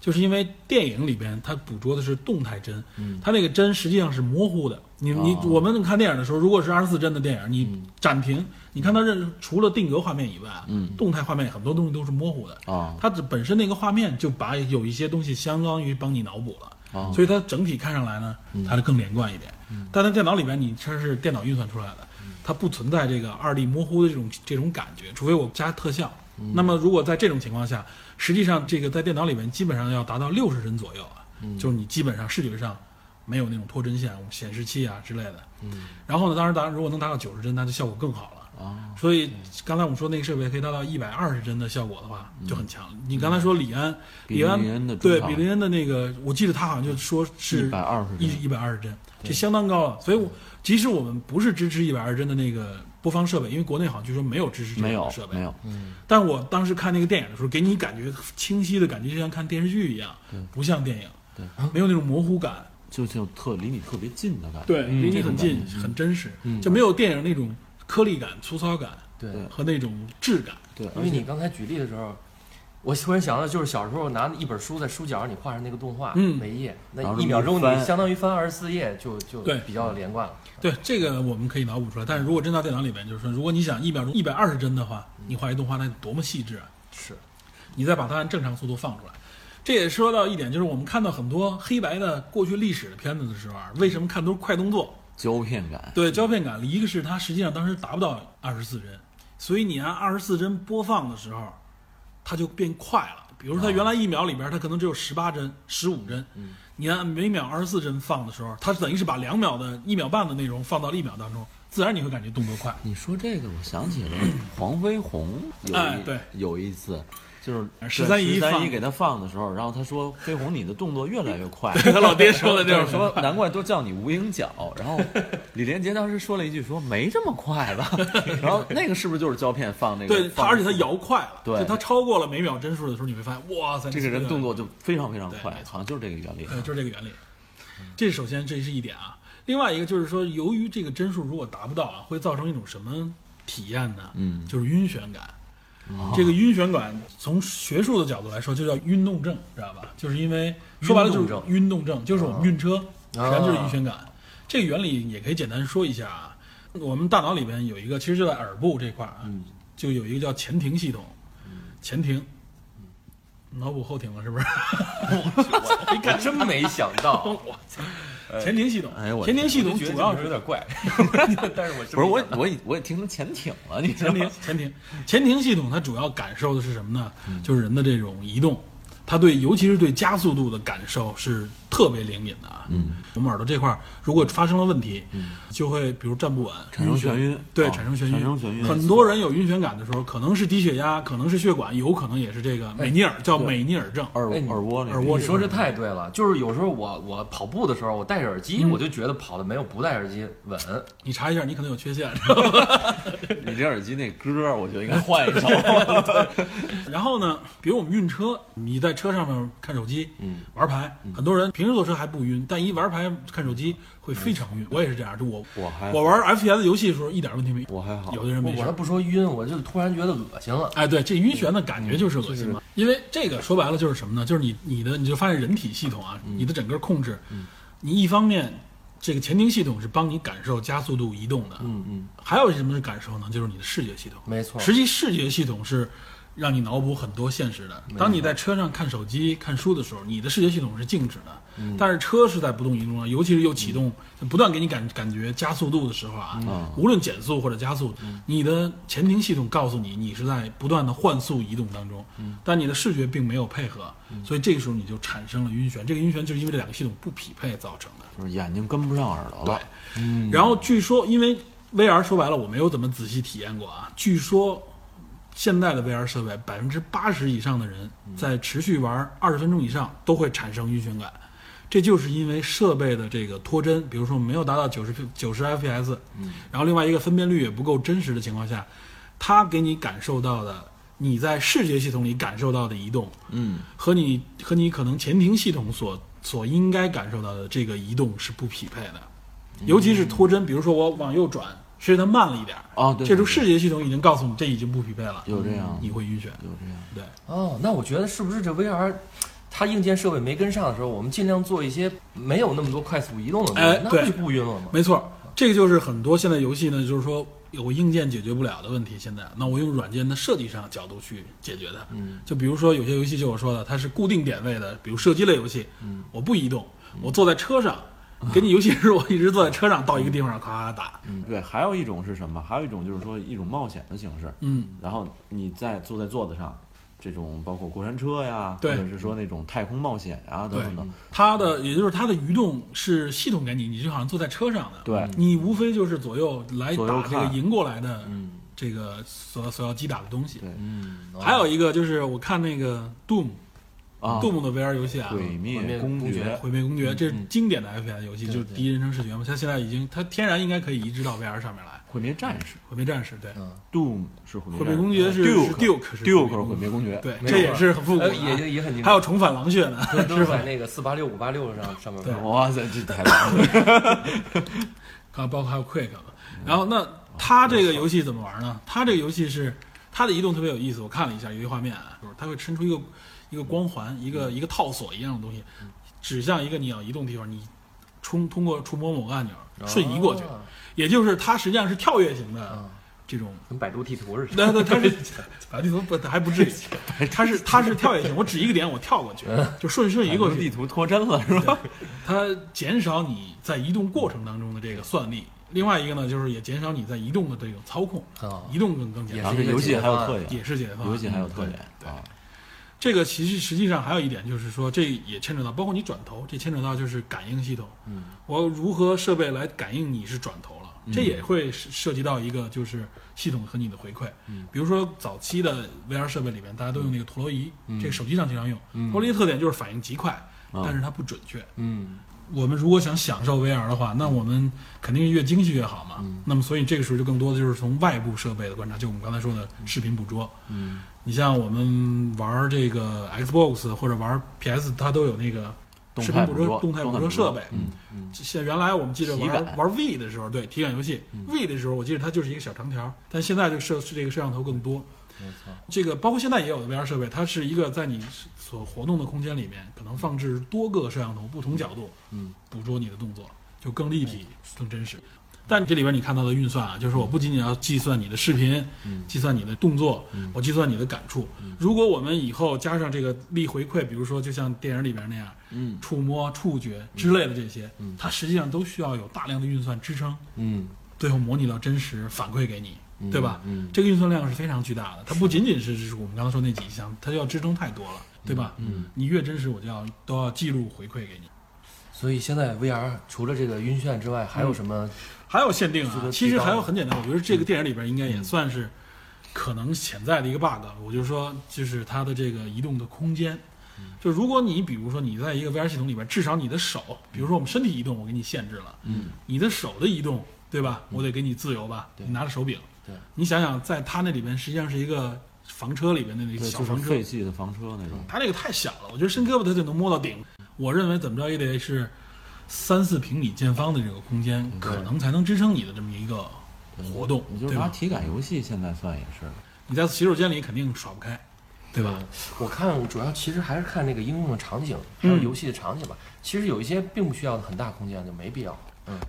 B: 就是因为电影里边它捕捉的是动态帧，它那个帧实际上是模糊的。你你我们看电影的时候，如果是二十四帧的电影，你暂停，你看它这除了定格画面以外，啊动态画面很多东西都是模糊的。
C: 啊
B: 它只本身那个画面就把有一些东西相当于帮你脑补了。
C: 哦
B: 所以它整体看上来呢，它是更连贯一点。但在电脑里边，你这是电脑运算出来的，它不存在这个二 D 模糊的这种这种感觉，除非我加特效。那么如果在这种情况下，实际上这个在电脑里面基本上要达到六十帧左右啊，就是你基本上视觉上没有那种脱帧线、显示器啊之类的。然后呢，当然，当然，如果能达到九十帧，那就效果更好了。
C: 啊
B: 所以刚才我们说那个设备可以达到一百二十帧的效果的话，就很强。你刚才说李安，
C: 嗯比
B: 李安
C: 利安的中
B: 对
C: 场
B: 比利安的那个，我记得他好像就说是
C: 120帧
B: 一一百二十帧，这相当高了。所以我即使我们不是支持一百二十帧的那个播放设备，因为国内好像据说没有支持这
C: 没
B: 种
C: 有
B: 设备，
C: 没有，
A: 嗯
B: 但我当时看那个电影的时候，给你感觉清晰的感觉，就像看电视剧一样，
C: 嗯
B: 不像电影，没有那种模糊感。嗯
C: 就就特离你特别近的感觉。
B: 对，离你很近，很真实，
C: 嗯
B: 就没有电影那种颗粒感、粗糙感
A: 嗯对，
B: 和那种质感。
C: 对，
A: 因为你刚才举例的时候，我突然想到，就是小时候拿一本书在书角上，你画上那个动画，
B: 嗯
A: 每一页，那
C: 然后
A: 一秒钟
C: 翻
A: 你相当于翻二十四页，就就
B: 对
A: 比较连贯了。
B: 对，这个我们可以脑补出来。但是如果真到电脑里面，就是说，如果你想一秒钟一百二十帧的话，你画一动画那得多么细致啊！
A: 是，
B: 你再把它按正常速度放出来。这也说到一点，就是我们看到很多黑白的过去历史的片子的时候啊，为什么看都是快动作？
C: 胶片感，
B: 对，胶片感，一个是它实际上当时达不到二十四帧，所以你按二十四帧播放的时候，它就变快了。比如说它原来一秒里边它可能只有十八帧、十五帧，
C: 嗯
B: 你按每秒二十四帧放的时候，它等于是把两秒的一秒半的内容放到了一秒当中，自然你会感觉动作快。
C: 你说这个，我想 起了黄飞鸿有一、
B: 哎对哎
C: 有一次，就是
B: 十三姨
C: 十三
B: 放
C: 姨给他放的时候，然后他说：“飞鸿，你的动作越来越快。”
B: 他老爹 说的这
C: 就
B: 种
C: 是说，难怪都叫你无影脚。然后李连杰当时说了一句说：“没这么快吧？”然后那个是不是就是胶片放那个？
B: 对它，
C: 放
B: 而且它摇快了，
C: 对
B: 就它超过了每秒帧数的时候，你会发现，哇塞，
C: 这个人动作就非常非常快
B: 对没，
C: 好像就是这个原理。
B: 呃，就是这个原理。这首先这是一点啊，另外一个就是说，由于这个帧数如果达不到啊，会造成一种什么体验呢？嗯，就是晕眩感。这个晕眩感，从学术的角度来说，就叫运动症，知道吧？就是因为说白了就是
A: 运动症
B: 运动症，就是我们晕车，实际上就是晕眩感。这个原理也可以简单说一下啊。我们大脑里边有一个，其实就在耳部这块儿啊，就有一个叫前庭系统，前庭，脑补后庭了是不是？
A: 你可真没想到，
B: 我操！前庭系统，
C: 哎呦我
B: 前庭系
A: 我
B: 统
A: 就觉得
B: 主
A: 这
B: 要
A: 个有
B: 是
A: 点怪，但是我真
C: 不是
A: 没
C: 我
A: 想到
C: 我已我也听成潜艇了，你知道
B: 前 庭
C: 吗？
B: 前庭前庭系统，它主要感受的是什么呢？
C: 嗯
B: 就是人的这种移动，它对尤其是对加速度的感受是特别灵敏的啊。嗯，我们耳朵这块儿如果发生了问题，就会比如站不稳，
C: 嗯产生眩晕
B: 对，
C: 哦
B: 产生眩晕，
C: 产生眩晕
B: 很多人有晕眩感的时候，可能是低血压，可能是血管，有可能也是这个
C: 哎
B: 美尼尔叫美尼尔症。
C: 耳
A: 哎你
C: 耳蜗那
B: 耳
C: 边
B: 蜗
A: 你说这太对了，就是有时候我我跑步的时候，我戴着耳机，我就觉得跑的没有不戴耳机稳。
B: 你查一下，你可能有缺陷。
C: 你这耳机那歌，我觉得应该换一 首。
B: 然后呢，比如我们晕车，你在车上面看手机，嗯，玩牌，很多人平时坐车还不晕，但一玩牌看手机会非常晕。我也是这样，就我
C: 我还
B: 我玩 FPS 游戏的时候一点问题没有，
C: 我还好
B: 有的人
A: 我
B: 没事
A: 我还。不说晕，我就突然觉得恶心了。
B: 哎，对，这晕眩的感觉就是恶心嘛，因为这个说白了就是什么呢？就是你你的你就发现人体系统啊，你的整个控制，你一方面这个前庭系统是帮你感受加速度移动的，嗯嗯，还有什么是感受呢？就是你的视觉系统，
A: 没错
B: 实际视觉系统是让你脑补很多现实的。当你在车上看手机、看书的时候，你的视觉系统是静止的，但是车是在不动移动的，尤其是又启动，不断给你感感觉加速度的时候啊，无论减速或者加速，你的前庭系统告诉你你是在不断的换速移动当中，但你的视觉并没有配合，所以这个时候你就产生了晕眩。这个晕眩就是因为这两个系统不匹配造成的。
C: 就是眼睛跟不上耳朵了。
B: 嗯然后据说，因为 VR 说白了我没有怎么仔细体验过啊，据说现在的 VR 设备百分之八十以上的人在持续玩二十分钟以上都会产生晕眩感，这就是因为设备的这个脱帧，比如说没有达到九十九十 FPS，然后另外一个分辨率也不够真实的情况下，它给你感受到的。你在视觉系统里感受到的移动，
C: 嗯，
B: 和你和你可能前庭系统所所应该感受到的这个移动是不匹配的。尤其是脱帧，比如说我往右转，其实它慢了一点儿。
C: 哦对对
B: 这时候嗯视觉系统已经告诉你这已经不匹配了，
C: 有这样
B: 你会晕眩。
C: 有这样。
B: 对，
A: 哦，那我觉得是不是这 VR 它硬件设备没跟上的时候，我们尽量做一些没有那么多快速移动的东西，
B: 哎
A: 那
B: 对
A: 不就不晕了吗？
B: 没错，这个就是很多现在游戏呢，就是说有硬件解决不了的问题。现在，那我用软件的设计上角度去解决它。嗯，就比如说有些游戏，就我说的，它是固定点位的，比如射击类游戏，嗯，我不移动，我坐在车 上，给你游戏时我一直坐在车上，到一个地方咔咔打。
C: 对，还有一种是什么？还有一种就是说一种冒险的形式，
B: 嗯，
C: 然后你再坐在座子上，这种包括过山车呀，
B: 对
C: 或者是说那种太空冒险呀等
B: 对
C: 等等，，
B: 它的也就是它的移动是系统给你，你就好像坐在车上的，
C: 对
B: 你无非就是左右来
C: 左右
B: 打这个
C: 看嗯
B: 迎过来的这个所所要击打的东西。
C: 对
A: 嗯，哦
B: 还有一个就是我看那个 Doom。嗯
C: 啊，嗯
B: 杜牧的 VR 游戏啊，
C: 毁
A: 毁灭
C: 灭公
A: 公爵
C: 爵，
B: 毁灭公爵》这是经典的 FPS 游戏，就是第一人称视觉嘛。它现在已经，它天然应该可以移植到 VR 上面来，
C: 毁灭战士
B: 《毁灭战士》对，
A: 嗯
C: Doom 是毁
B: 毁灭公
C: 战
B: 爵
C: 士
B: 是
C: 啊
B: 是 Duke，
C: ，Duke
B: 是
C: Duke 是
B: 毁
C: 毁
B: 灭
C: 灭公爵，
B: 对，
A: 没
B: 这
A: 错
B: 也是很复古
A: 呃
C: 哎
B: 的啊，
A: 也也很经典
B: 还 有重返狼血呢，
A: 都都是在那个四八六五八六上上面
B: 对
A: 玩。
C: 哇塞，这 太棒了！
B: 啊，包括还有 Quick，然后那它这个游戏怎么玩呢？它这个游戏是它的移动特别有意思，我看了一下游戏画面啊，就是它会伸出一个一个光环，一个一个套索一样的东西，指向一个你要移动的地方，你冲通过触摸某个按钮瞬移过去，
A: 啊
B: 也就是它实际上是跳跃型的这种。
A: 跟百度地图似的。
B: 那那它嗯 是啊，地图不还 不至于，它是嗯它是跳跃型，我指一个点我跳过去，就顺顺移过去
C: 地，图脱帧了是吧？
B: 它减少你在移动过程当中的这个算力。另外一个呢，就是也减少你在移动的这种操控，
A: 哦
B: 移动更更简
C: 然
B: 单
C: 后，这游戏还有特点，
B: 也是解决方案。
C: 游戏还有特点
B: 嗯对
C: 啊，
B: 这个其实实际上还有一点就是说，这也牵扯到，包括你转头，这牵扯到就是感应系统。嗯，我如何设备来感应你是转头了，
C: 嗯
B: 这也会涉涉及到一个就是系统和你的回馈。嗯，比如说早期的 VR 设备里面，大家都用那个陀螺仪，
C: 嗯
B: 这个手机上经常用。陀螺仪的特点就是反应极快，但是它不准确。
A: 嗯，
B: 我们如果想享受 VR 的话，
C: 嗯
B: 那我们肯定越精细越好嘛。那么，所以这个时候就更多的就是从外部设备的观察，就我们刚才说的视频捕捉。嗯，你像我们玩这个 Xbox 或者玩 PS，它都有那个视频捕捉、动
C: 嗯动
B: 态
C: 态
B: 捕
C: 捕捉
B: 捉设备。
C: 嗯
B: 嗯，像原来我们记得
C: 体
B: 玩
C: 感嗯
B: 玩 V 的时候，对体感游戏、V 的时候，我记得它就是一个小长条，但现在这个摄这个摄像头更多。
A: 没错，
B: 这个包括现在也有的 VR 设备，它是一个在你所活动的空间里面，可能放置多个摄像头，不同角度，嗯，捕捉你的动作，就更立体、更真实。但这里边你看到的运算啊，就是我不仅仅要计算你的视频，计算你的动作，我计算你的感触。如果我们以后加上这个力回馈，比如说就像电影里边那样，
C: 嗯
B: 触摸、触觉之类的这些，它实际上都需要有大量的运算支撑，
A: 嗯，
B: 最后模拟到真实反馈给你，
C: 嗯
B: 对吧？这个运算量是非常巨大的，它不仅仅是就是我们刚才说那几项，它要支撑太多了，对吧？嗯，你越真实，我就要都要记录回馈给你。
A: 所以现在 VR 除了这个晕眩之外，
B: 嗯
A: 还有什么？
B: 还有限定
A: 是
B: 啊，
A: 的
B: 其实
A: 提高
B: 还有很简单，我觉得这个电影里边应该也算是可能潜在的一个 bug 了。我就说，就是它的这个移动的空间。就如果你比如说你在一个 VR 系统里边，至少你的手，比如说我们身体移动，我给你限制了，嗯，你的手的移动，对吧？我得给你自由吧，你拿着手柄，
A: 对，
B: 你想想，在它那里边实际上是一个房车里边的那个
C: 对，
B: 小
C: 就是
B: 房车，
C: 废弃的房车那种。
B: 它那个太小了，我觉得伸胳膊它就能摸到顶。我认为怎么着也得是三四平米见方的这个空间，可能才能支撑你的这么一个活动，
C: 嗯你就
B: 嗯对
C: 是拿
B: 吧？
C: 体感游戏现在算也是，
B: 你在洗手间里肯定耍不开，对吧？
A: 我看我主要其实还是看那个应用的场景，还有
B: 嗯
A: 游戏的场景吧。其实有一些并不需要很大空间，就没必要。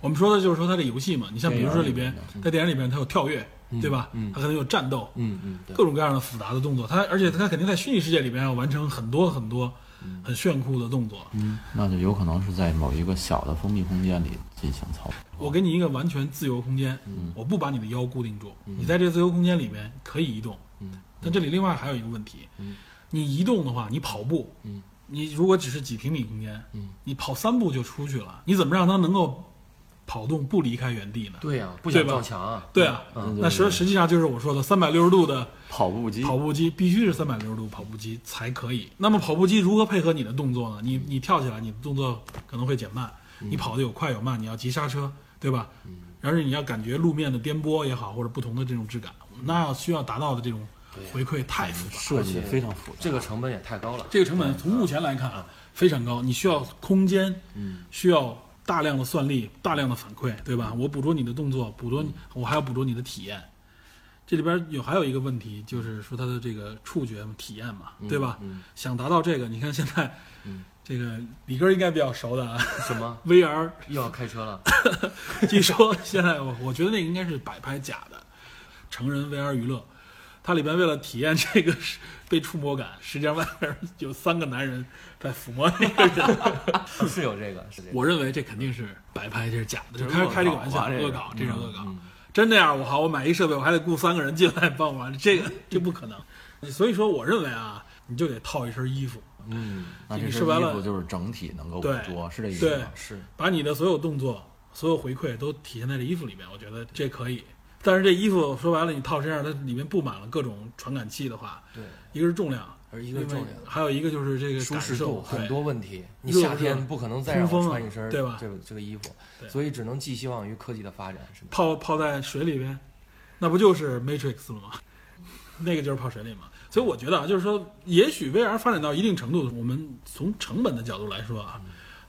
B: 我们说的就是说它这游戏嘛，你像
C: 啊
B: 比如说里边
C: 电
B: 在电影里边它有跳跃，
C: 嗯
B: 对吧？它可能有战斗，
A: 嗯嗯，对，
B: 各种各样的复杂的动作，它而且它肯定在虚拟世界里边要完成很多很多
C: 嗯
B: 很炫酷的动作。
C: 那就有可能是在某一个小的封闭空间里进行操作。
B: 我给你一个完全自由空间，我不把你的腰固定住，你在这自由空间里面可以移动。但这里另外还有一个问题，你移动的话，你跑步，你如果只是几平米空间，你跑三步就出去了，你怎么让它能够跑动不离开原地呢？
A: 对呀，不
B: 对
A: 想
B: 吧
A: 撞墙啊。
B: 对啊，那实实际上就是我说的三百六十度的
C: 跑步机，
B: 跑步机必须是三百六十度跑步机才可以。那么跑步机如何配合你的动作呢？你你跳起来，你的动作可能会减慢，你跑的有快有慢，你要急刹车，对吧？而且你要感觉路面的颠簸也好，或者不同的这种质感，那需要达到的这种回馈太复杂了。
C: 设计的非常复杂。
A: 这个成本 也太高了。
B: 这个成本从目前来看啊非常高，你需要空间，需要大量的算力、大量的反馈，对吧？我捕捉你的动作，捕捉你，我还要捕捉你的体验。这里边有还有一个问题，就是说它的这个触觉体验嘛，对吧？想达到这个，你看现在，这个李哥应该比较熟的啊
A: 什么
B: VR
A: 又要开车 了？
B: 据说现在我我觉得那个应该是摆拍假的，成人 VR 娱乐，它里边为了体验这个是被触摸感，实际上外边有三个男人在抚摸那个人。
A: 是有这个，是这个。
B: 我认为这肯定是摆拍，这是假的，
A: 这
B: 就是开开这个
A: 恶搞
B: 玩笑，
A: 吧这个
B: 恶搞，这是恶搞
A: 嗯。
B: 真那样，我好，我买一设备，我还得雇三个人进来帮我玩，这个这不可能。所以说，我认为啊，你就得套一身衣服，
A: 嗯，
C: 那
B: 你
C: 这身
B: 说白
C: 衣
B: 了
C: 服就是整体能够捕
B: 对
C: 捉，是这意思
B: 对
C: 吗？，
A: 是
B: 把你的所有动作、所有回馈都体现在这衣服里面，我觉得这可以。但是这衣服说白了，你套身上，它里面布满了各种传感器的话，
A: 对，
B: 一个是重量，
A: 而一个是重量
B: 另外还有一个就是这个
A: 舒
B: 感
A: 适
B: 受
A: 度很
B: 对
A: 多问题。你
B: 热
A: 夏
B: 热
A: 天不可能再让
B: 通
A: 我
B: 风啊
A: 穿一身儿
B: 对吧
A: 这个这个衣服，
B: 对
A: 所以只能寄希望于科技的发展，是吧？
B: 泡泡在水里边，那不就是 Matrix 了吗？那个就是泡水里嘛。所以我觉得啊，就是说，也许 VR 发展到一定程度，我们从成本的角度来说啊，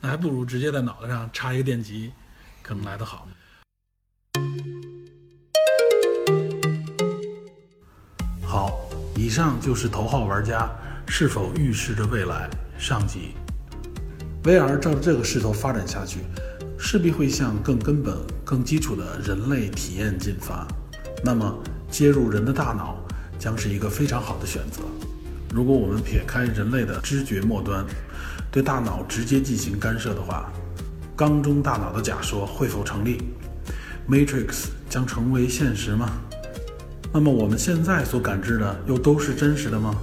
B: 那还不如直接在脑袋上插一个电极，可能来得好。好，以上就是头号玩家是否预示着未来上集。VR 照着这个势头发展下去，势必会向更根本、更基础的人类体验进发。那么，接入人的大脑将是一个非常好的选择。如果我们撇开人类的知觉末端，对大脑直接进行干涉的话，缸中大脑的假说会否成立？Matrix 将成为现实吗？那么我们现在所感知的又都是真实的吗？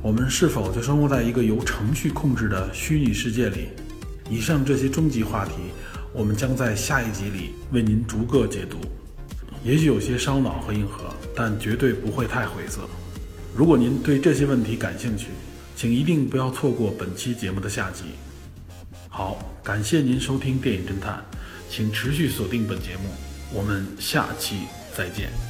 B: 我们是否就生活在一个由程序控制的虚拟世界里？以上这些终极话题，我们将在下一集里为您逐个解读。也许有些烧脑和硬核，但绝对不会太晦涩。如果您对这些问题感兴趣，请一定不要错过本期节目的下集。好，感谢您收听《电影侦探》，请持续锁定本节目，我们下期再见。